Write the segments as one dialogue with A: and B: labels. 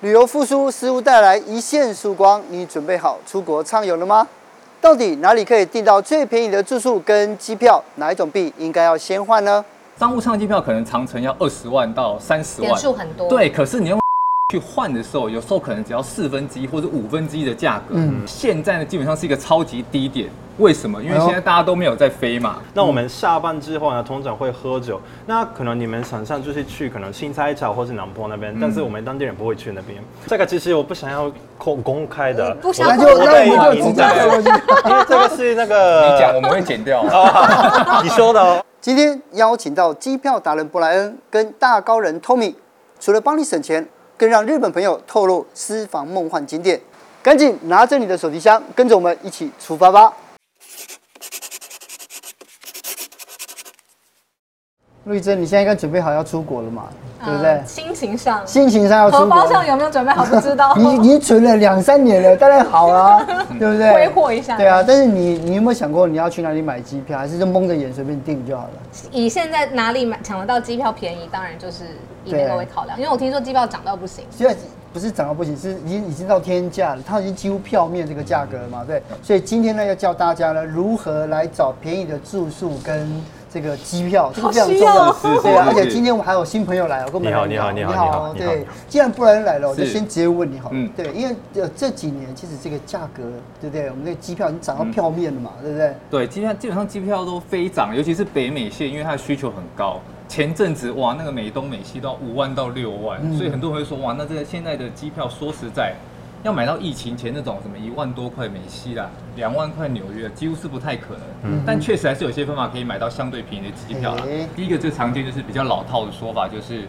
A: 旅游复苏似乎带来一线曙光，你准备好出国畅游了吗？到底哪里可以订到最便宜的住宿跟机票？哪一种币应该要先换呢？
B: 商务舱机票可能长程要二十万到三十
C: 点
B: 万，
C: 数很多。，
B: 对，可是你用 去换的时候，有时候可能只要四分之一或者五分之一的价格。嗯，现在呢基本上是一个超级低点，为什么？因为
A: 哎呦
B: 现在大家都没有在飞嘛。
D: 那我们下班之后呢，通常会喝酒。那可能你们想象就是去可能新菜市场或是南坡那边，
B: 嗯
D: 但是我们当地人不会去那边。这个其实我不想要公公开的，
C: 不想
A: 那就
C: 我
A: 那
D: 被
A: 哎我们就
D: 引
A: 直接
D: 导
A: 跳过去。
D: 因为这个是那
B: 你讲
D: 个
B: 我们会剪掉。
D: 你说的哦。
A: 今天邀请到机票达人布莱恩跟大高人 Tommy，除了帮你省钱，更让日本朋友透露私房梦幻景点。赶紧拿着你的手提箱，跟着我们一起出发吧！陆一珍，你现在应该准备好要出国了嘛？对不对
C: 呃？心情上、
A: 心情上要出
C: 荷
A: 国，
C: 包上有没有准备好不 知道。
A: 你你存了两三年了，当然好 啦，对不对？
C: 挥霍一下
A: 对啊，但是你你有没有想过你要去哪里买机票，还是就蒙着眼随便订就好了？
C: 以现在哪里买抢得到机票便宜，当然就是以那个为考量。因为我听说机票涨到不行，
A: 现在不是涨到不行，是已经已经到天价了，它已经几乎票面这个价格了嘛，对。所以今天呢，要教大家呢如何来找便宜的住宿跟这个机票，这个非常重要。
B: 需要哦
A: 对啊，
B: 是
A: 而
B: 是是
A: 且今天我们还有新朋友来哦，跟我们
D: 你好
A: 来
D: 你好你好
A: 你
D: 你
A: 好
D: 好，你好
A: 对。既然不然来了，我就是先直接问你好了
B: 嗯，
A: 对，因为呃这几年其实这个价格，对不对？我们这个机票已经涨到票面了嘛，对不对？
B: 对，基本上基本上机票都飞涨，尤其是北美线，因为它的需求很高。前阵子哇，那个美东美西到五万到六万，所以很多人会说哇，那这个现在的机票说实在，要买到疫情前那种什么一万多块美西啦，两万块纽约，几乎是不太可能。但确实还是有些方法可以买到相对便宜的机票啦。
A: 哎
B: 第一个最常见就是比较老套的说法，就是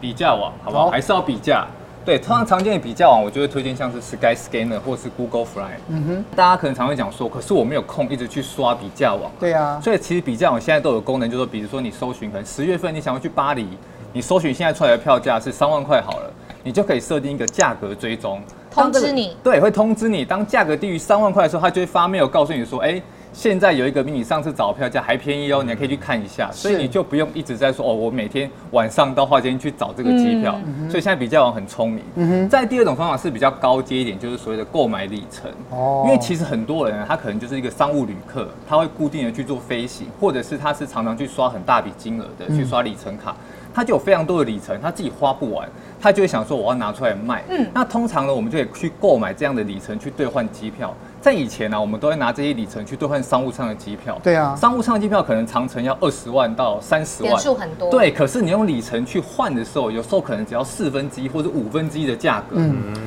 B: 比价网，好不好？
A: 好
B: 还是要比价。对，通常常见的比价网，我就会推荐像是 Skyscanner 或是 Google Fly。
A: 嗯哼，
B: 大家可能常会讲说，可是我没有空一直去刷比价网。
A: 对啊，
B: 所以其实比价网现在都有功能，就是说比如说你搜寻，可能十月份你想要去巴黎，你搜寻现在出来的票价是三万块好了，你就可以设定一个价格追踪，
C: 通知你
B: 当这个对，会通知你，当价格低于三万块的时候，它就会发 mail 告诉你说，哎。现在有一个比你上次找的票价还便宜哦，你还可以去看一下，所以
A: 是
B: 你就不用一直在说哦，我每天晚上到花间去找这个机票。
A: 嗯
B: 所以现在比价网很聪明。再第二种方法是比较高阶一点，就是所谓的购买里程。
A: 哦
B: 因为其实很多人啊他可能就是一个商务旅客，他会固定的去做飞行，或者是他是常常去刷很大笔金额的去刷里程卡，他就有非常多的里程，他自己花不完，他就会想说我要拿出来卖。嗯，那通常呢，我们就可以去购买这样的里程去兑换机票。在以前呢、我们都会拿这些里程去兑换商务舱的机票。
A: 对啊
B: 商务舱的机票可能长程要二十万到三十万，
C: 点数很多。，
B: 对，可是你用里程去换的时候，有时候可能只要四分之一或者五分之一的价格，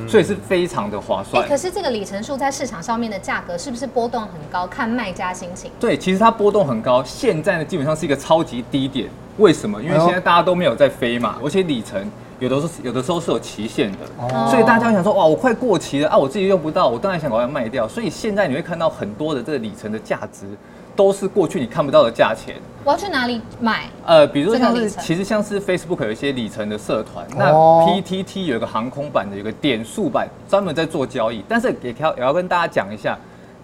B: 所以是非常的划
C: 哎、
B: 算。
C: 可是这个里程数在市场上面的价格是不是波动很高？看卖家心情。
B: 对，其实它波动很高，现在呢基本上是一个超级低点。为什么？因为现在大家都没有在飞嘛，而且里程有的时候有的时候是有期限的，所以大家会想说哇，我快过期了啊，我自己用不到，我当然想赶快卖掉。所以现在你会看到很多的这个里程的价值，都是过去你看不到的价钱。
C: 我要去哪里买？
B: 呃，比如说
C: 这个
B: 像
C: 里
B: 是，
C: 程
B: 其实像是 Facebook 有一些里程的社团，那
A: 哦
B: PTT 有一个航空版的，有一个点数版，专门在做交易。但是也要也要跟大家讲一下，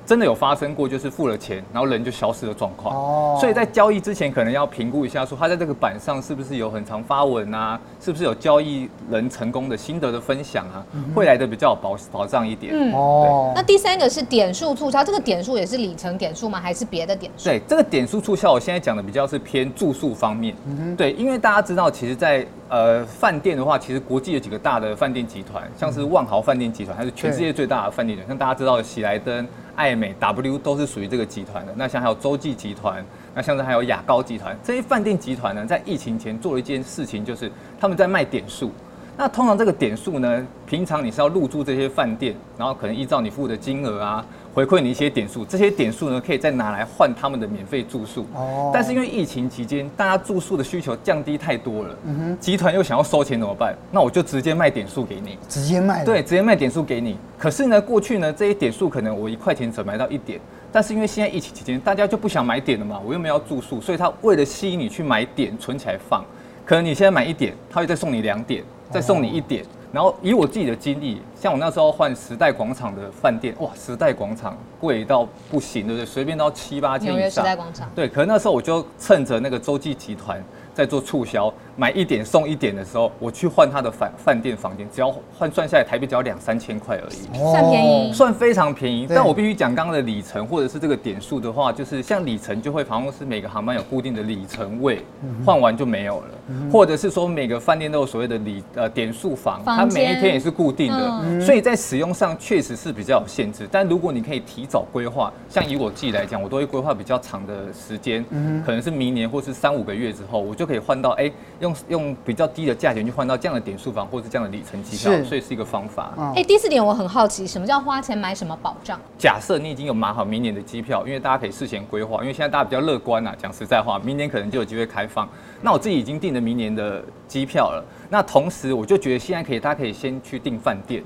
B: 真的有发生过就是付了钱，然后人就消失的状况。
A: 哦
B: 所以在交易之前，可能要评估一下，说他在这个板上是不是有很常发文啊，是不是有交易人成功的心得的分享啊，会来的比较有保保障一点。
C: 嗯
A: 哦
C: 那，第三个是点数促销，这个点数也是里程点数吗？还是别的点数？
B: 对，这个点数促销，我现在讲的比较是偏住宿方面。对，因为大家知道，其实在，呃饭店的话，其实国际有几个大的饭店集团，像是万豪饭店集团，它是全世界最大的饭店集团。像大家知道的喜来登、爱美、W 都是属于这个集团的。那像还有洲际集团，那像是还有雅高集团，这些饭店集团呢，在疫情前做了一件事情，就是他们在卖点数。那通常这个点数呢，平常你是要入住这些饭店，然后可能依照你付的金额啊，回馈你一些点数，这些点数呢可以再拿来换他们的免费住宿。
A: 哦
B: 但是因为疫情期间，大家住宿的需求降低太多了，集团又想要收钱怎么办？那我就直接卖点数给你。
A: 直接卖了
B: 对，直接卖点数给你。可是呢，过去呢，这些点数可能我一块钱只买到一点，但是因为现在疫情期间，大家就不想买点了嘛，我又没有要住宿，所以他为了吸引你去买点，存起来放。可能你现在买一点，他会再送你两点，再送你
C: 哦
B: 一点。然后以我自己的经历，像我那时候换时代广场的饭店，哇，时代广场贵到不行，对不对？随便都要七八千
C: 纽约
B: 以
C: 时
B: 上。
C: 代广场。
B: 对，可能那时候我就趁着那个洲际集团在做促销，买一点送一点的时候，我去换他的饭饭店房间，只要换算下来台币只要两三千块而已。
A: 哦
C: 算便宜
B: 算非常便宜，
A: 对
B: 但我必须讲刚刚的里程或者是这个点数的话，就是像里程就会好像是每个航班有固定的里程位，换完就没有了，或者是说每个饭店都有所谓的里呃点数房，
C: 房
B: 它每一
C: 间
B: 天也是固定的，所以在使用上确实是比较有限制。但如果你可以提早规划，像以我自己来讲，我都会规划比较长的时间，可能是明年或是三五个月之后，我就可以换到哎、用用比较低的价钱去换到这样的点数房或是这样的里程机票，
A: 是
B: 所以是一个方法。
A: 嗯
C: 哎，第四点我很好奇，什么叫花钱买什么保障？
B: 假设你已经有买好明年的机票，因为大家可以事先规划，因为现在大家比较乐观啊。讲实在话，明年可能就有机会开放。那我自己已经订了明年的机票了。那同时，我就觉得现在可以，大家可以先去订饭店，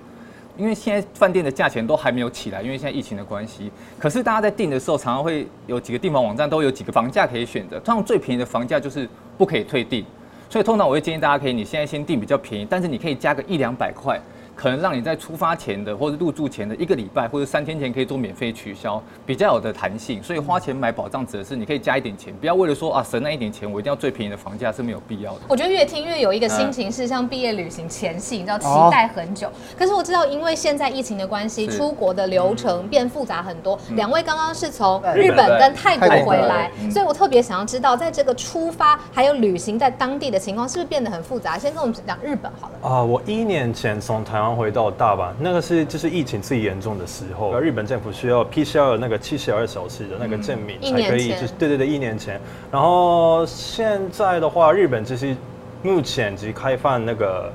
B: 因为现在饭店的价钱都还没有起来，因为现在疫情的关系。可是大家在订的时候，常常会有几个订房网站都有几个房价可以选择，通常最便宜的房价就是不可以退订。所以通常我会建议大家可以，你现在先订比较便宜，但是你可以加个一两百块，可能让你在出发前的或者入住前的一个礼拜或者三天前可以做免费取消，比较有的弹性。所以花钱买保障指的是你可以加一点钱，不要为了说啊省那一点钱，我一定要最便宜的房价是没有必要的。
C: 我觉得越听越有一个心情是像毕业旅行前夕，你知道期
A: 哦
C: 待很久。可是我知道，因为现在疫情的关系，
B: 是
C: 出国的流程变复杂很多。两位刚刚是从
A: 日
C: 日
B: 本
C: 本跟泰国
A: 泰国
C: 回来
B: 对，嗯
C: 所以我特别想要知道，在这个出发还有旅行在当地的情况，是不是变得很复杂？先跟我们讲日本好了。
D: 啊、我一年前从台湾回到大阪，那个是就是疫情最严重的时候，
A: 嗯
D: 而日本政府需要 PCR 那个七十二小时的那个证明
C: 一
D: 才可以，
C: 年前
D: 就是对对对，一年前。然后现在的话，日本就是目前只开放那个，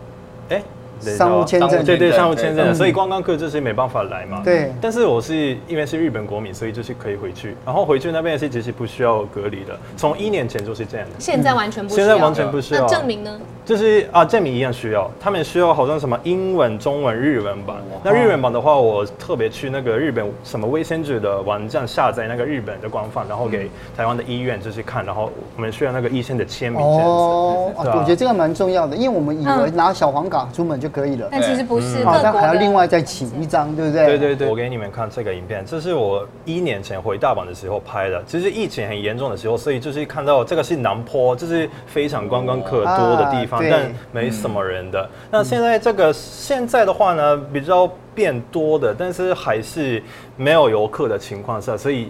D: 哎、等一下哦
A: 商务签证
B: 商务
D: 对对，商务签证，
A: 嗯
D: 所以观光客就是没办法来嘛。
A: 对
D: 但是我是因为是日本国民，所以就是可以回去，然后回去那边是其实不需要隔离的，从一年前就是这样的。
C: 现在完全不需要，
D: 现在完全不需要。啊
C: 那证明呢？
D: 就是啊，证明一样需要，他们需要好像什么英文、中文、日文版。那日文版的话，我特别去那个日本什么卫生局的网站下载那个日本的官方，然后给台湾的医院就是看，然后我们需要那个医生的签名这样子。
A: 哦，
D: 对啊
A: 我觉得这个蛮重要的，因为我们以为
C: 嗯
A: 拿小黄卡出门就可以了，
C: 但其实不是，各
A: 嗯好
C: 国
A: 像还要
C: 的
A: 另外再起一张，对不对？
D: 对对对，我给你们看这个影片，这是我一年前回大阪的时候拍的。其实疫情很严重的时候，所以就是看到这个是南坡，就是非常观光客多的地
A: 啊
D: 方，
A: 对
D: 但没什么人的。那现在这个现在的话呢，比较变多的，但是还是没有游客的情况下，所以。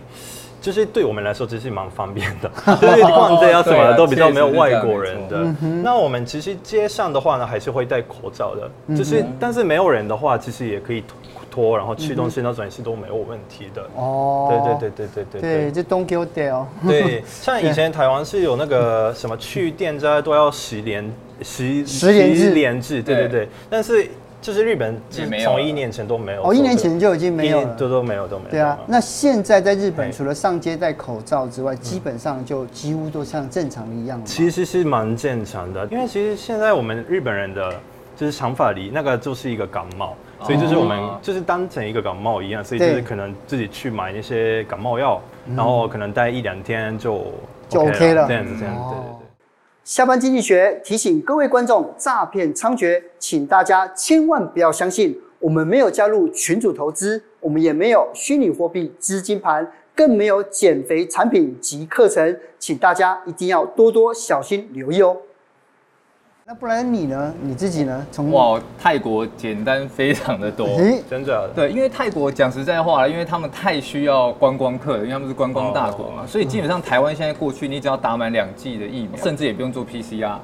D: 就是对我们来说，其实蛮方便的， 就是逛街啊什么的都比较没有外国人的。
A: 嗯
D: 那我们其实街上的话呢，还是会戴口罩
A: 嗯
D: 的，就是但是没有人的话，其实也可以脱脱，然后吃东西那种也是都没有问题的。
A: 哦，
D: 对对对对对
A: 对，
D: 对哦
A: 这 Don't Kill Dale，
D: 对对， 像以前台湾是有那个什么去店家都要十连十
A: 十连制
D: 十连制，对对对，但是就是日本
B: 也没有啊了
D: 从一年前都没有，
A: 哦，一年前就已经没有了。
D: 都都没有都没有。
A: 对啊，那现在在日本
D: 对
A: 除了上街戴口罩之
D: 嗯
A: 外，基本上就几乎都像正常的一样了嘛。
D: 其实是蛮正常的，因为其实现在我们日本人的就是想法里那个就是一个感冒，所以就是我们
B: 哦
D: 就是当成一个感冒一样，所以就
A: 对
D: 是可能自己去买那些感冒药，然后可能待一两天就
A: 就 OK 了
D: 这样子这样子，对对
A: 哦
D: 对。
A: 下班经济学提醒各位观众，诈骗猖獗，请大家千万不要相信。我们没有加入群组投资，我们也没有虚拟货币资金盘，更没有减肥产品及课程，请大家一定要多多小心留意哦。那不然你呢？你自己呢？从
B: 哇，泰国简单非常的多。
A: 诶
D: 真的，
B: 对，因为泰国讲实在话，因为他们太需要观光客了，因为他们是观光大国嘛，所以基本上台湾现在过去，你只要打满两剂的疫苗，甚至也不用做 PCR，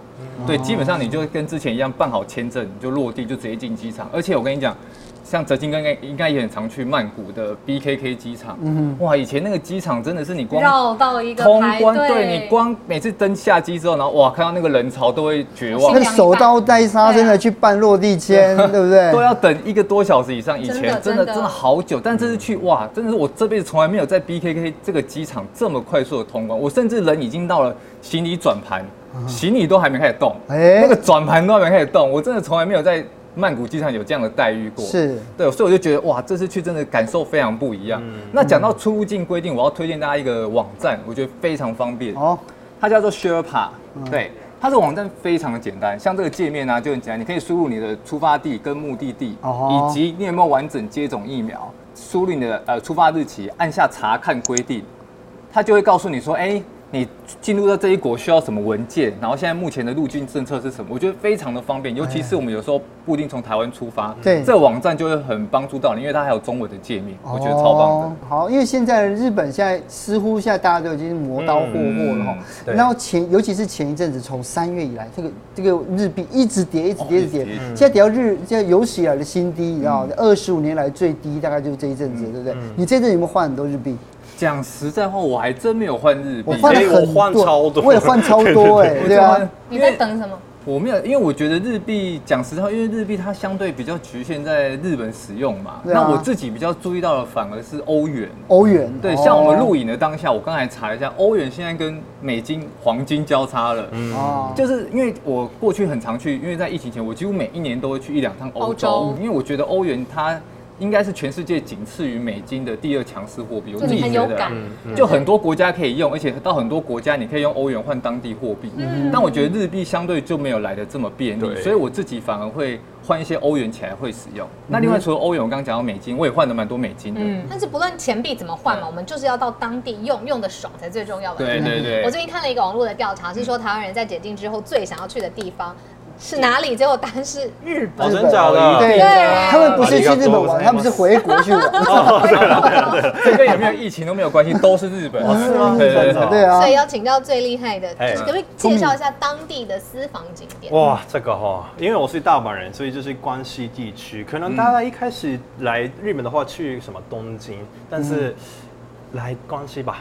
B: 对，基本上你就跟之前一样办好签证，你就落地就直接进机场。而且我跟你讲，像泽金刚刚应该也很常去曼谷的 BKK 机场，哇，以前那个机场真的是你光
C: 绕到一个
B: 通
C: 排
B: 关，
C: 队，
B: 对你光每次登下机之后，然后哇，看到那个人潮都会绝望
A: 那。个手刀带沙真的去办落地签，对不对？
B: 都要等一个多小时以上。以
C: 真的
B: 前真
C: 真
B: 的
C: 的
B: 真的好久，但这次去哇，真的是我这辈子从来没有在 BKK 这个机场这么快速的通关。我甚至人已经到了行李转盘，行李都还没开始动，
A: 啊哎
B: 那个转盘都还没开始动，我真的从来没有在曼谷机场有这样的待遇过。
A: 是
B: 对，所以我就觉得哇，这次去真的感受非常不一样。
A: 嗯
B: 那讲到出入境规定，我要推荐大家一个网站，我觉得非常方便。
A: 哦，
B: 它叫做 Sherpa，、对，
A: 嗯
B: 它的网站非常的简单，像这个界面呢、啊就很简单，你可以输入你的出发地跟目的地，
A: 哦吼
B: 以及你有没有完整接种疫苗，输入你的呃出发日期，按下查看规定，它就会告诉你说，哎、你进入到这一国需要什么文件，然后现在目前的入境政策是什么，我觉得非常的方
A: 哎
B: 便。尤其是我们有时候不一定从台湾出发，
A: 对
B: 这网站就会很帮助到你，因为它还有中文的界面，我觉得超棒的
A: 哦。。好，因为现在日本现在似乎现在大家都已经磨刀霍霍了哈
D: 嗯、对
A: 然后前尤其是前一阵子从三月以来，这个这个日币一直跌，一直跌，
B: 哦
A: 一直跌
B: 一直
D: 嗯
B: 跌，
A: 现在跌到日现在有史以来的新低，你知道吗？二十五年来最低，大概就是这一阵子，
D: 嗯
A: 对不对？你这阵子有没有换很多日币？
B: 讲实在话，我还真没有换日币
A: 我，换了
D: 哎我
A: 很
D: 换超多
A: 我也换超 多哎、对
B: 我就
A: 啊
B: 换。
C: 你在等什么？
B: 我没有，因为我觉得日币讲实话，因为日币它相对比较局限在日本使用嘛。
A: 对啊
B: 那我自己比较注意到的反而是欧元。
A: 欧元
B: 对，
A: 哦
B: 像我们录影的当下，我刚才查了一下，欧元现在跟美金黄金交叉了。
A: 哦，
B: 就是因为我过去很常去，因为在疫情前，我几乎每一年都会去一两趟欧
C: 欧
B: 洲
C: 洲，
B: 因为我觉得欧元它应该是全世界仅次于美金的第二强势货币，我自
C: 就
B: 己
C: 你很
B: 觉
C: 有
B: 得
C: 感
B: 啊。，就很多国家可以用，而且到很多国家你可以用欧元换当地货币。
C: 嗯
B: 但我觉得日币相对就没有来的这么便利，
D: 对
B: 所以我自己反而会换一些欧元起来会使用。那另外除了欧元，我刚刚讲到美金，我也换了蛮多美金的。
C: 嗯，但是不论钱币怎么换嘛，我们就是要到当地用，用的爽才最重要吧。
B: 对
C: 不
B: 对对
C: 我最近看了一个网络的调查，是说台湾人在解禁之后最想要去的地方是哪里？结果答案是日
D: 哦，
C: 本。
D: 真假的？哦
A: 对
C: 对
A: 他们不是去日本玩，他们是回国去玩。
B: 这跟有没有疫情都没有关系，都是 日本。
D: 是吗
B: 对对
D: 真的
B: 对
D: 哦
A: 对啊
C: 所以，要请教最厉害的，
D: 哎
C: 可不可以介绍一下当地的私房景点？
D: 哇，这个哈、因为我是大阪人，所以就是关西地区。可能大家一开始来日本的话，去什么东京，但是。来关西 吧，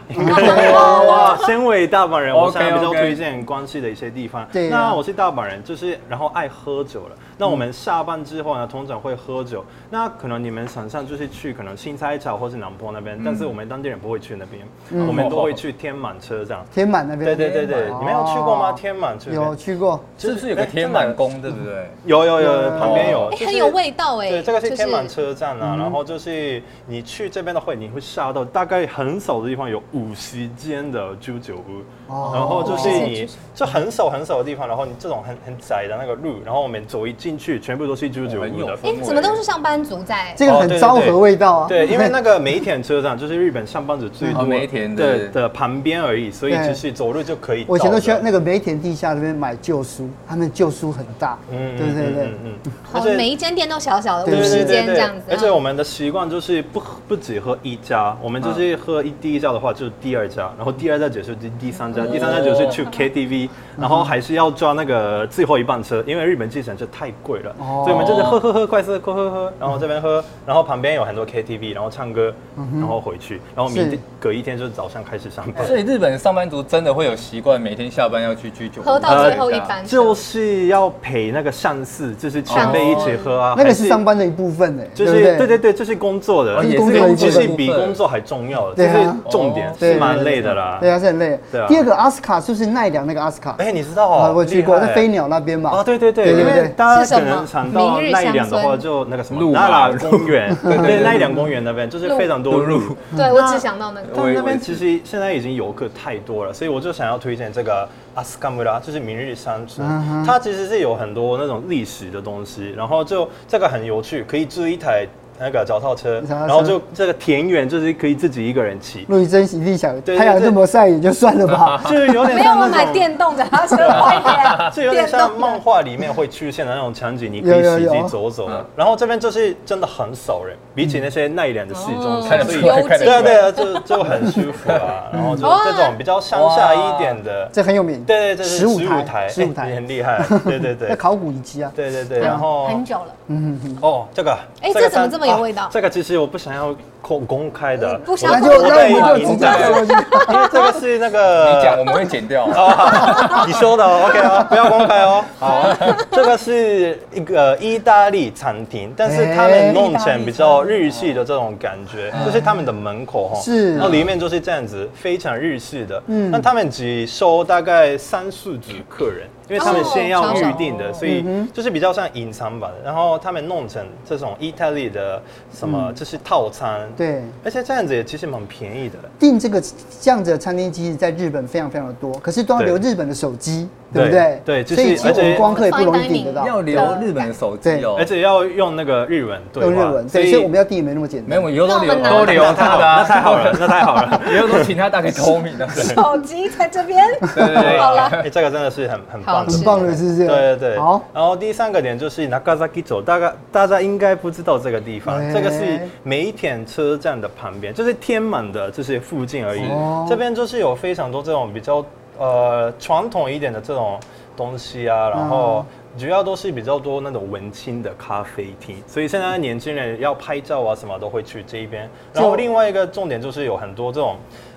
D: 哇！身为大阪人，我现在比较
B: OK，OK
D: 推荐关西的一些地方。
A: 对啊
D: 那我是大阪人，就是然后爱喝酒了。那我们下班之后呢，通常会喝酒。那可能你们想象就是去可能新菜场或是南坡那边，但是我们当地人不会去那边，我们都会去天满车站。
A: 天满那
D: 嗯对
A: 边。
D: 对对对，
A: 哦
D: 你们有哎去过吗？天满车站
A: 有去过，
B: 是不是有个天满宫，对不对？
D: 有有有，
A: 哦有
D: 旁边有，
C: 哎
D: 就是
C: 很有味道哎
D: 对，这个
C: 就是是
D: 天满车站
A: 嗯
D: 啊，然后就是你去这边的话，你会吓到，大概很少的地方有五十间的居酒屋，
A: 哦
D: 然后就是
C: 是
D: 你就很少很少的地方，然后你这种很很窄的那个路，然后我们走一进去，全部都是居酒
B: 哦很
D: 屋
B: 有
D: 的。
C: 哎，怎么都是上班族在？
A: 这个
D: 哦
A: 很
D: 对对
A: 昭和味道啊。
D: 对，因为那个梅田车站就是日本上班族最
B: 嗯
D: 多
B: 哦梅田对
D: 的的旁边而已，所以
A: 对
D: 只是走路就可以到的。
A: 我以前都去那个梅田地下那边买旧书，他们旧书很大，
D: 嗯，嗯
A: 对对对，
D: 嗯嗯，而
C: 好，
D: 且
C: 哦每一间店都小小的，
A: 对
C: 五
D: 对
A: 时
C: 十
D: 对
C: 间
D: 对
C: 这
D: 对，
C: 样子。嗯
D: 而且我们的习惯就是不喝不只喝一家，我们就是喝一第一家的话就是第二家，然后第二家就是第第三
C: 嗯
D: 家，第三家就是去 KTV，然后还是要抓那个最后一班车，因为日本计程车太贵了，
A: 哦
D: 所以我们就是喝喝喝快喝喝喝喝，然后这边喝，然后旁边有很多
C: 嗯
D: KTV，然后唱歌，然后回去，然后明
A: 是
D: 天隔一天就是早上开始上
C: 嗯
D: 班。
B: 所以日本上班族真的会有习惯，每天下班要去居酒屋
C: 喝到最后一班车，
D: 就是要陪那个上司，就是前辈
C: 哦
D: 一起喝啊，
A: 那个
D: 还
A: 是上班的一部分哎，
D: 就
A: 对
D: 是
A: 不
D: 对对对，就是工作的，
B: 哦
A: 也是
D: 工
A: 工作
D: 作
A: 的
D: 其
A: 一
D: 实
B: 部
D: 比
B: 分
D: 工作还重要的，
A: 对
D: 这
A: 啊
D: 是重点
B: 哦，
A: 对
D: 是蛮累的啦。
A: 对啊，是很累。
D: 对啊
A: 第二个阿斯卡是不是奈良那个阿斯卡？
D: 哎，你知道
A: 啊，
D: 哦，
A: 我去过，
D: 厉害
A: 在飞鸟那边嘛。
D: 哦，对对对，
A: 对对
D: 因为
A: 对
D: 大
C: 是什
D: 家
C: 么
D: 可能想到
C: 明日
D: 奈良
C: 乡
D: 的话，
C: 村
D: 就那个什
B: 鹿
D: 么
B: 嘛
D: 奈良 公园，
B: 对对
D: 对
B: 对
D: 奈良公园那边就是非常多
B: 鹿
D: 鹿。
C: 对我只想到那个
B: 我
D: 但
B: 也
D: 那
B: 我也
D: 边
B: 是
D: 其实现在已经游客太多了，所以我就想要推荐这个阿斯卡穆拉，就是明日山村。
A: 嗯
D: 它其实是有很多那种历史的东西，然后就这个很有趣，可以租一台那个脚踏车，
A: 脚踏车
D: 然后就这个田园就是可以自己一个人骑，
A: 陆以真一定想，
D: 对对
A: 太阳这么晒也就算了吧。
D: 就是有点
C: 没有
D: 像
C: 我
D: 那
C: 买
D: 种。
C: 电动的，他车快 点，
D: 就有点
C: 电
D: 像
C: 动
D: 漫
C: 的。
D: 画里面会出现的那种场景，你可以
A: 有有
D: 骑
A: 有
D: 机走走的。然后这边就是真的很少人，比起那些奈良的市中
C: 哦
D: 心，
B: 看得
D: 所以
B: 出来，看得出
D: 对啊，
B: 来。
D: 对啊，就就很舒服啊。然后就
C: 哇
D: 这种比较乡下一点 的，
A: 这很有名。
D: 对对对，
A: 十五
D: 15
A: 台，
D: 台，
A: 十五
D: 哎你
A: 台
D: 很，厉 害，对对
A: 那
D: 对。
A: 考古遗迹啊。
D: 对对对，然后
C: 很久了，
D: 哦，这个，
C: 哎
D: 个
C: 这怎么
D: 餐
C: 这么有
D: 啊
C: 味道嗯
D: 这个其实我不想要公公开的，
C: 不想
A: 那
C: 要
A: 就
C: 公
A: 那
C: 开
A: 我们就直接带过去。
D: 因为这个是那个
B: 啊你讲，我们会剪掉。
D: 啊，你说的哦 OK 哦，不要公开哦。好，这个是一个意大利餐厅，但是他
A: 哎
D: 们弄成比较日系的这种感觉，就是他们的门口哈、哦，
A: 嗯是
D: 那里面就是这样子，非常日式的。嗯，那他们只收大概三四组客人，因为他们先
C: 哦
D: 要
C: 超少
D: 预定的，所以
A: 嗯
D: 就是比较像隐藏版的。然后他们弄成这种意大利的什么，就是套餐，
A: 嗯对，
D: 而且这样子也其实蛮便宜的。
A: 订这个这样子的餐厅，其实在日本非常非常的多，可是都要留
D: 对
A: 日本的手机，对不对
D: 对？对就是
A: 所以其实我
D: 而
A: 们
D: 且
A: 光客也不容易订得
B: 要
A: 到，
B: 留日本的手机哦
D: 而。且要用那个日文对话，
A: 用日文，对，所以我们要订也没那么简单。
B: 没有，我以后都留
C: 那我们拿
D: 都留
B: 他
D: 他的
B: 的
D: 啊，那
B: 啊，
D: 太好了，那太好了。
B: 以后都请他打给 Tommy 的。
C: 手机在这边。
D: 对对对，
C: 好了
D: 哎，这个真的是很很棒
C: 好
D: 的，
A: 很棒的，是不是？
D: 对对对，
A: 好，
D: 然后第三个点就是那 a 萨 a 走，大概大家应该不知道这个地方，
A: 哎
D: 这个是每一天车站的旁边，就是天满的这些附近而已。
A: 哦
D: 这边就是有非常多这种比较呃传统一点的这种东西
A: 嗯
D: 啊，然后主要都是比较多那种文青的咖啡厅，所以现在年轻人要拍照啊什么都会去这一边。
A: 就
D: 然后另外一个重点就是有很多这种。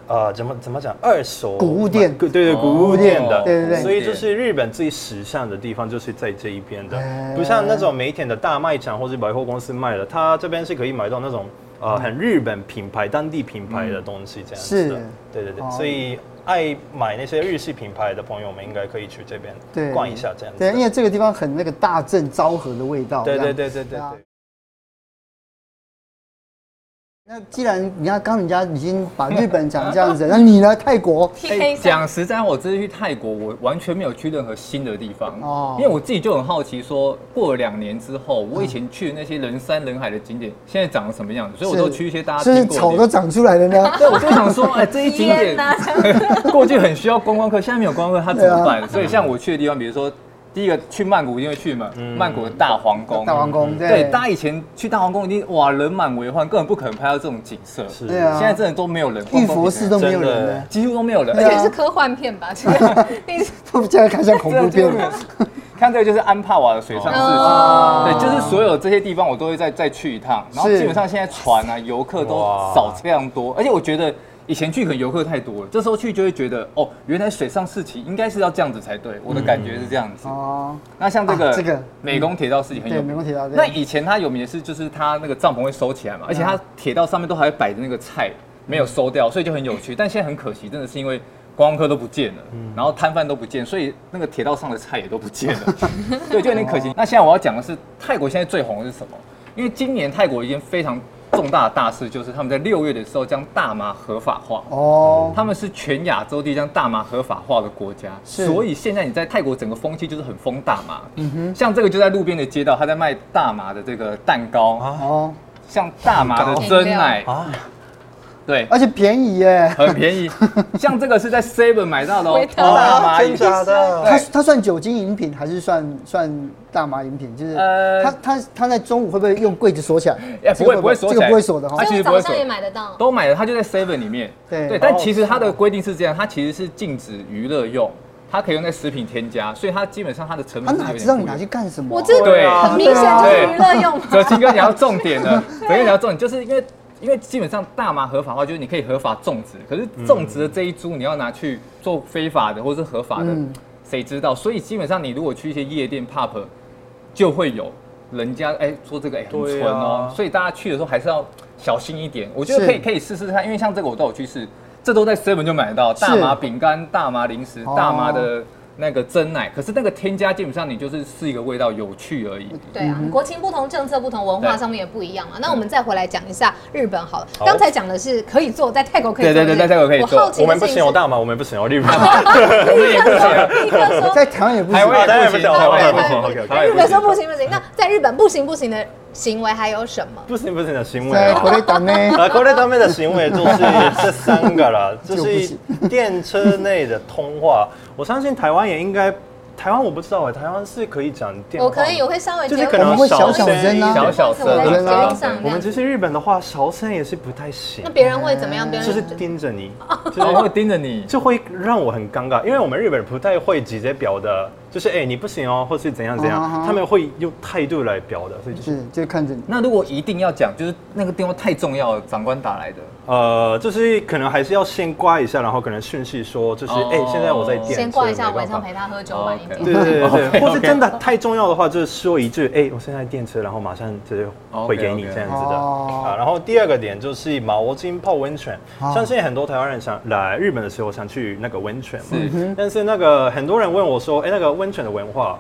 D: 呃，怎么怎么讲？二手
A: 古物店
D: 对对，
B: 哦
D: 古物店的，
A: 对对对
D: 所以就是日本最时尚的地方就是在这一边的
A: 哎，
D: 不像那种每一天的大卖场或是百货公司卖的，它这边是可以买到那种呃很日本品牌、当地品牌的东西这样子的。
A: 是
D: 对对对，
A: 哦
D: 所以爱买那些日系品牌的朋友们应该可以去这
A: 对，
D: 边呃逛一下这样子
A: 对，
D: 的。
A: 因为这个地方很那个大正昭和的味道。
D: 对
A: 这样
D: 对对对对
A: 啊
D: 对。
A: 那既然你看，刚人家已经把日本讲这样子，那你呢？泰国
B: 哎，
C: PK
B: 讲实在话，我这次去泰国，我完全没有去任何新的地方
A: 哦
B: 哦，因为我自己就很好奇说，过了两年之后，我以前去的那些人山人海的景点，现在长得什么样子，所以我都去一些大家
A: 就是
B: 听过的
A: 草
B: 地
A: 都
B: 方
A: 长出来了呢。
B: 对，我就想说，哎，这一景
C: 天
B: 点
C: 哪！
B: 过去很需要观光客，现在没有观光客，他怎么
A: 对
B: 办？所以像我去的地方，比如说第一个去曼谷一定会去嘛，曼谷的大皇宫。
A: 大皇宫，
B: 对，
A: 对，
B: 大家以前去大皇宫一定哇人满为患，根本不可能拍到这种景色。
D: 是
A: 对啊
B: 现在真的都没有人，
A: 玉佛寺都没有人
D: 真
A: 呢
D: 的，
B: 几乎都没有人，
A: 对啊
B: 而且
C: 这是科幻片吧？这个你是
A: 现在看像恐怖片了。
B: 看这个就是安帕瓦的水上市
C: 哦
B: 场，对，就是所有这些地方我都会再再去一趟。然后
A: 是
B: 基本上现在船啊游客都
D: 哇
B: 少非常多，而且我觉得以前去可能游客太多了，这时候去就会觉得哦，原来水上市集应该是要这样子才对，我的感觉是这样子。
A: 哦，
B: 那像这
A: 啊
B: 个
A: 这个
B: 美工铁道市集很
A: 对，
B: 有
A: 没
B: 名。
A: 问题啊。对
B: 那以前它有名的是，就是它那个帐篷会收起来嘛，而且它铁道上面都还会摆着那个菜，没有收掉，所以就很有趣。但现在很可惜，真的是因为观光客都不见了，然后摊贩都不见，所以那个铁道上的菜也都不见了，对，就有点可惜。那现在我要讲的是，泰国现在最红的是什么？因为今年泰国一件非常重大的大事，就是他们在六月的时候将大麻合法化。
A: 哦，
B: 他们是全亚洲第一将大麻合法化的国家，
A: 是
B: 所以现在你在泰国整个风气就是很疯大麻。嗯哼，像这个就在路边的街道，他在卖大麻的这个蛋糕，
D: 啊
A: 哦，
B: 像大麻的真奶，
D: 啊，
B: 对，
A: 而且便宜耶，
B: 很便宜。像这个是在 Seven 买到的哦
C: 回，头
B: 大麻饮
D: 真假的？
A: 它它算酒精饮品还是算算大麻饮品？就是
B: 呃
A: 它它它在中午会不会用柜子锁起来？
B: 哎
A: 这
B: 不
A: 个
B: 会不会锁
A: 这
B: 起
A: 个
B: 来
A: 不会锁的哈
B: 而。
C: 这
B: 其
C: 个
B: 实不
C: 早
B: 会
C: 上
B: 锁
C: 也买得到。
B: 都买了，它就在 Seven 里面。
A: 对哦
B: 对，但其实它的规定是这样，它其实是禁止娱乐用，它可以用在食品添加，所以它基本上它的成
A: 他
B: 本是有
A: 哪
B: 点
A: 知道你
B: 不一样
A: 拿去干什么？啊
C: 我这
B: 对
C: 很明显就是娱乐用嘛。
B: 泽清哥，你要重点 了，泽清哥你要重点，就是因为因为基本上大麻合法化，就是你可以合法种植，可是种植的这一株你要拿去做非法的或是合法的
A: 嗯，
B: 谁、知道？所以基本上你如果去一些夜店 pub，就会有人家哎、说这个哎、很
D: 对啊
B: 纯哦、所以大家去的时候还是要小心一点。我觉得
A: 是
B: 可以可以试试看，因为像这个我都有去试，这都在 seven 就买得到大麻饼干、大麻零食、
A: 哦
B: 大麻的。那个真奶，可是那个添加基本上你就是是一个味道，有趣而已。
C: 对啊，国情不同，政策不同，文化上面也不一样嘛。那我们再回来讲一下日本好了。
D: 好
C: 刚才讲的是可以做，在泰国可以做。
B: 对对对
C: 不
B: 在泰国可以做
C: 我好奇
D: 我
C: 的
D: 们
C: 事
D: 不
C: 情
D: 行，有
C: 是，
D: 大麻，我们不行，有 日本。
B: 啊
C: 立刻说，立刻说，
A: 在台湾也不
B: 台
A: 行啊
B: 湾。也
D: 当然不
B: 不
D: 行
B: 行，
D: 台湾也不
C: 台
D: 行
C: 湾也不行
D: OK，台湾
C: 在
D: 也
C: 日
D: 不
C: 本
D: 行
C: 说不行不行。那在日本不行不行的行为还有什么？
D: 不行不行的行为
A: 在
D: 啊。
A: 国内党呢？
D: 呃，国内方面的行为就是这三个了，就
A: 就不
D: 是
A: 行
D: 电车内的通话。我相信台湾也应该，台湾我不知道哎，台湾是可以讲电话
C: 我
D: 吗，
C: 可以，我会稍微
D: 就
C: 觉得
D: 是可
A: 我
D: 能
A: 们会
D: 小
A: 小
D: 声
A: 声啊
D: 一点
B: 小小
C: 我在
A: 声
C: 捷
A: 啊
C: 运上
D: 我
C: 那
D: 们
C: 样子，
D: 其实日本的话，小声也是不太行
C: 那，别人会怎么样？别人
D: 就是盯着你，就
B: 对，
D: 是
B: 会盯着你。
D: 就会让我很尴尬，因为我们日本人不太会直接表达，就是哎、你不行哦，或是怎样怎样
A: 啊哈
D: 他们会用态度来表达，所以就是
A: 是，就看着你。
B: 那如果一定要讲，就是那个电话太重要了，长官打来的，
D: 呃，就是可能还是要先挂一下，然后可能讯息说，就是哎、
B: 哦
D: 现在我在电车，
C: 先挂一下，
D: 没办
C: 晚
D: 法哦
C: 上陪他喝酒晚一点。
D: 对对对对
B: OK，OK
D: 或是真的太重要的话，就是说一句，哎、我现在电车，然后马上就会给你
B: OK，OK 啊
D: 这样子的。
A: 哦
D: 啊，然后第二个点就是毛巾泡温泉，
A: 哦
D: 相信很多台湾人想来日本的时候想去那个温泉嘛
B: 是嗯，
D: 但是那个很多人问我说，哎、那个温泉的文化。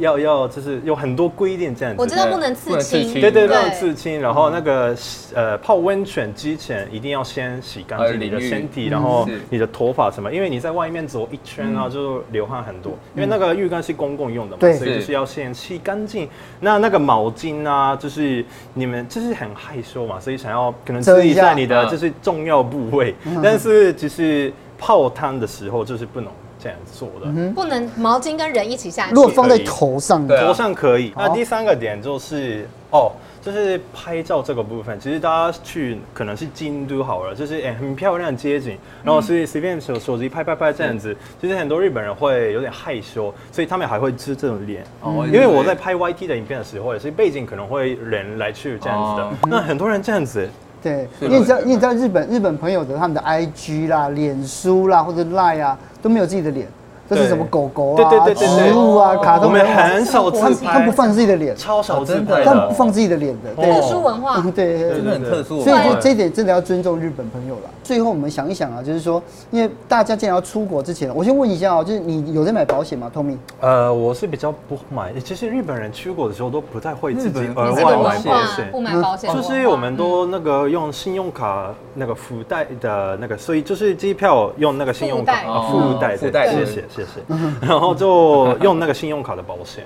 D: 要要就是有很多规定这样子。
C: 我知道
B: 对
C: 不能刺
B: 不能刺
C: 青，
B: 青
D: 对
B: 对
D: 对，不能刺青，然后那个呃泡温泉之前一定要先洗干
B: 还有
D: 净你的
B: 淋浴
D: 身体，然后
B: 是
D: 你的头发什么，因为你在外面走一圈啊，就流汗很多，因为那个浴缸是公共用的嘛，
A: 对
D: 所以就是是要先洗干净。那那个毛巾啊，就是你们就是很害羞嘛，所以想要可能
A: 遮
D: 遮
A: 一
D: 一
A: 下
D: 下你嗯的
B: 嗯
D: 就是重要部位，但是就是泡汤的时候就是不能这样做的。
C: 不能毛巾跟人一起下去
A: 如。果放在头上
B: 对
A: 的，
B: 啊
D: 头上可以。
A: 好
D: 那第三个点就是哦，就是拍照这个部分，其实大家去可能是京都好了，就是哎、很漂亮的街景，
B: 嗯
D: 然后是随便手手机拍拍拍这样子。其实很多日本人会有点害羞，所以他们还会遮这种脸。
B: 哦
A: 嗯
D: 因为我在拍 YT 的影片的时候，也是背景可能会人来去这样子的
B: 哦。
D: 那很多人这样子，
A: 对，
B: 是
A: 因为你知道，
B: 的
A: 因为你知道日本日本朋友的他们的 IG 啦、脸书啦或者 Line 啊都没有自己的脸，都是
D: 对
A: 什么狗狗
D: 对对
A: 啊、
D: 对对对
A: 植物啊、
C: 哦
A: 卡
D: 我
A: 通
D: 们
A: 人物啊，
D: 很少
A: 他
D: 自
A: 们他们
D: 拍
A: 不，放自己的脸，
D: 超少自
B: 哦真
D: 拍
A: 他
B: 的
A: 们
D: 的
A: 不。放自己的脸
D: 哦
A: 的，对
C: 特殊文化，
A: 嗯对对
B: 这
A: 对
B: 个很特殊哦，
A: 所以
C: 对
A: 这这一点真的要尊重日本朋友了。最后我们想一想啊，就是说，因为大家既然要出国之前，我先问一下哦、就是你有在买保险吗，Tommy？
D: 呃，我是比较不买，其实日本人出国的时候都不太会自己
B: 日本
D: 额
C: 这
B: 日
C: 个
B: 本
D: 外
B: 文
C: 文
D: 买
B: 化
D: 保
C: 化
D: 险
C: 不。买保险的嗯
D: 就
C: 文化，
D: 是我们都那个用信用卡那个附带的那个，所以就是机票用那个信用卡
B: 附带
D: 啊附带
B: 附带
D: 谢
B: 的
D: 谢谢谢，
A: 嗯
D: 然后就用那个信用卡的保险，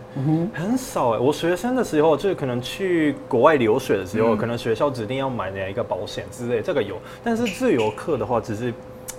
D: 很少哎、我学生的时候就是可能去国外留学的
A: 嗯
D: 时候，可能学校指定要买哪一个保险之类，这个有，但是自由课的话，只是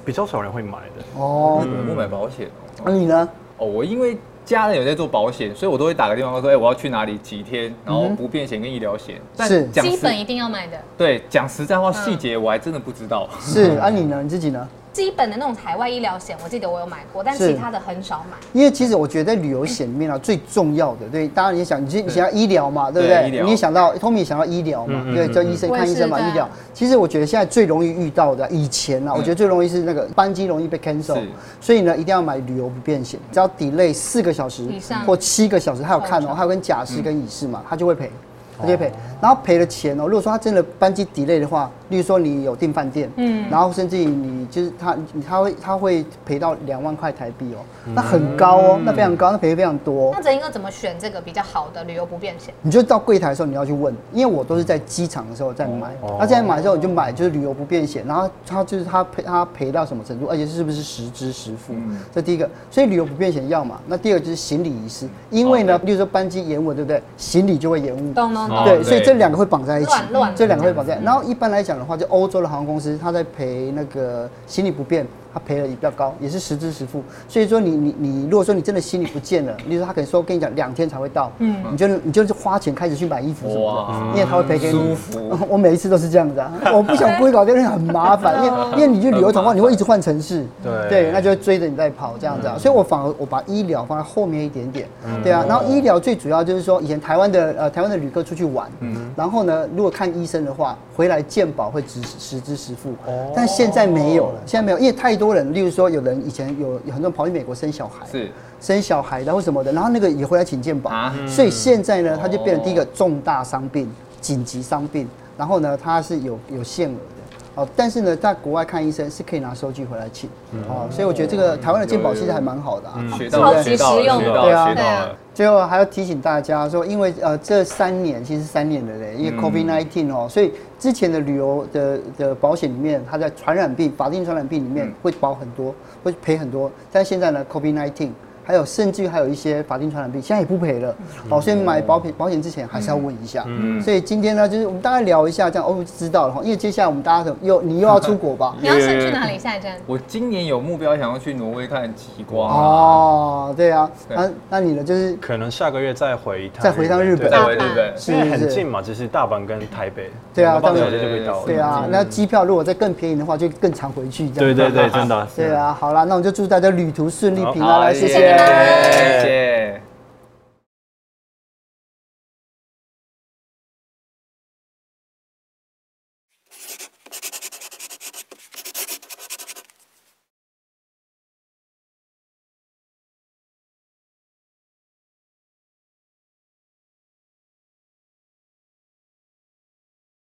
D: 比较少人会买的。
A: 哦，
B: 我不买保险
A: 那啊你呢？
B: 哦，我因为家人有在做保险，所以我都会打个电话说，哎、我要去哪里几天，然后不便险跟医疗险。但
A: 是
B: 讲
C: 嗯基
B: 实
C: 本一嗯定要买的，
B: 对讲实在话，细节我还真的不知道。
A: 是啊，你呢？你自己呢？
C: 基本的那种海外医疗险，我记得我有买过，但
A: 是
C: 其他的很少买。
A: 因为其实我觉得在旅游险里面啊，最重要的，对，当然你想，你你想要医疗嘛，对不
B: 对
A: 对？
B: 医疗
A: 你也想到 Tommy 也想到医疗嘛，
D: 嗯嗯
A: 对，
D: 嗯
A: 叫医生
C: 我也
A: 看医生嘛，
C: 是对啊
A: 医疗。其实我觉得现在最容易遇到的，以前啊，我觉得最容易是那个班机容易被 cancel，
B: 是
A: 所以呢，一定要买旅游不便险，只要 delay 四个小时
C: 以上
A: 或七个小时，还有看哦，
C: 超长
A: 还有跟假释跟乙式嘛，他就会赔。他就会赔，然后赔了钱哦。如果说他真的班机 delay 的话，例如说你有订饭店，嗯，然后甚至于你就是他，他会他会赔到两万块台币哦，那很高哦，那非常高，那赔得非常多、哦
C: 那。整应该怎么选这个比较好的旅游不便
D: 哦
C: 险？
A: 你就到柜台的时候你要去问，因为我都是在机场的时候在买，
D: 哦
A: 那现在买的时候你就买就是旅游不便险，然后他就是他赔他赔到什么程度，而且是不是实支实付，这第一个，所以旅游不便险要嘛，那第二个就是行李遗失，因为呢，
B: 哦
A: 例如说班机延误，对不对？行李就会延误，
C: 咚
B: 哦
C: 咚咚，
A: 对，
B: 对
A: 所以这两个会绑在一起
C: 乱，乱
A: 这两个会绑在。然后一般来讲的话，就欧洲的航空公司，它在赔那个行李不便，它赔了也比较高，也是实支实付。所以说你你你，如果说你真的行李不见了，例如说他可能说跟你讲两天才会到，嗯，你就你就是花钱开始去买衣服什
B: 哇
A: 么的，因为他会赔给你
B: 舒。服
A: 我每一次都是这样子啊，我不想不会搞定，因为很麻烦，因为因为你去旅游的话，你会一直换城市，
D: 对
A: 对，那就会追着你在跑这样子啊。所以我反而我把医疗放在后面一点点，对啊。然后医疗最主要就是说，以前台湾的呃台湾的旅客出去玩，然后呢，如果看医生的话，回来健保会实实支实付，但现在没有了，现在没有，因为太多人，例如说有人以前有有很多人跑去美国生小孩，
B: 是
A: 生小孩的或什么的，然后那个也回来请健保，
B: 啊
A: 所以现在呢，它就变成
B: 哦
A: 第一个重大伤病、紧急伤病，然后呢，它是有有限额的。哦，但是呢，在国外看医生是可以拿收据回来请，哦，所以我觉得这个台湾的健保其实还蛮好的啊。
B: 学
C: 超
B: 到了，
C: 级
B: 学到了，
C: 实用
B: 学到
A: 对
B: 了，
A: 啊
B: 学到
C: 对啊
B: 了。
A: 最后还要提醒大家说，因为呃这三年其实三年了嘞，因为 COVID 19哦，所以之前的旅游的的保险里面，它在传染病法定传染病里面会保很多，会赔很多，但现在呢 COVID 19。还有，甚至还有一些法定传染病，现在也不赔了。好、所以买保险保险之前还是要问一下。所以今天呢，就是我们大概聊一下，这样哦，知道了哈。因为接下来我们大家可又你又要出国吧？
C: 你要先去哪里下一站？
B: 我今年有目标想要去挪威看极光啊，
A: 哦，对啊。
B: 对
A: 那那你呢？就是
D: 可能下个月再回一趟，
A: 再回一趟日本啊
B: 再
D: 对
B: 回日本。
A: 是
D: 因为很
A: 是
D: 近嘛，就是大阪跟台北，
A: 对啊
D: 两个半
A: 当
D: 小
A: 然
D: 时就可以到了。
A: 对啊，那机票如果再更便宜的话，就更常回去这样。 啊
D: 对对对，真的。
A: 对啊，好啦，那我们就祝大家旅途顺利平安啦，
D: 好
A: 谢
B: 耶
A: 谢。
B: 谢谢。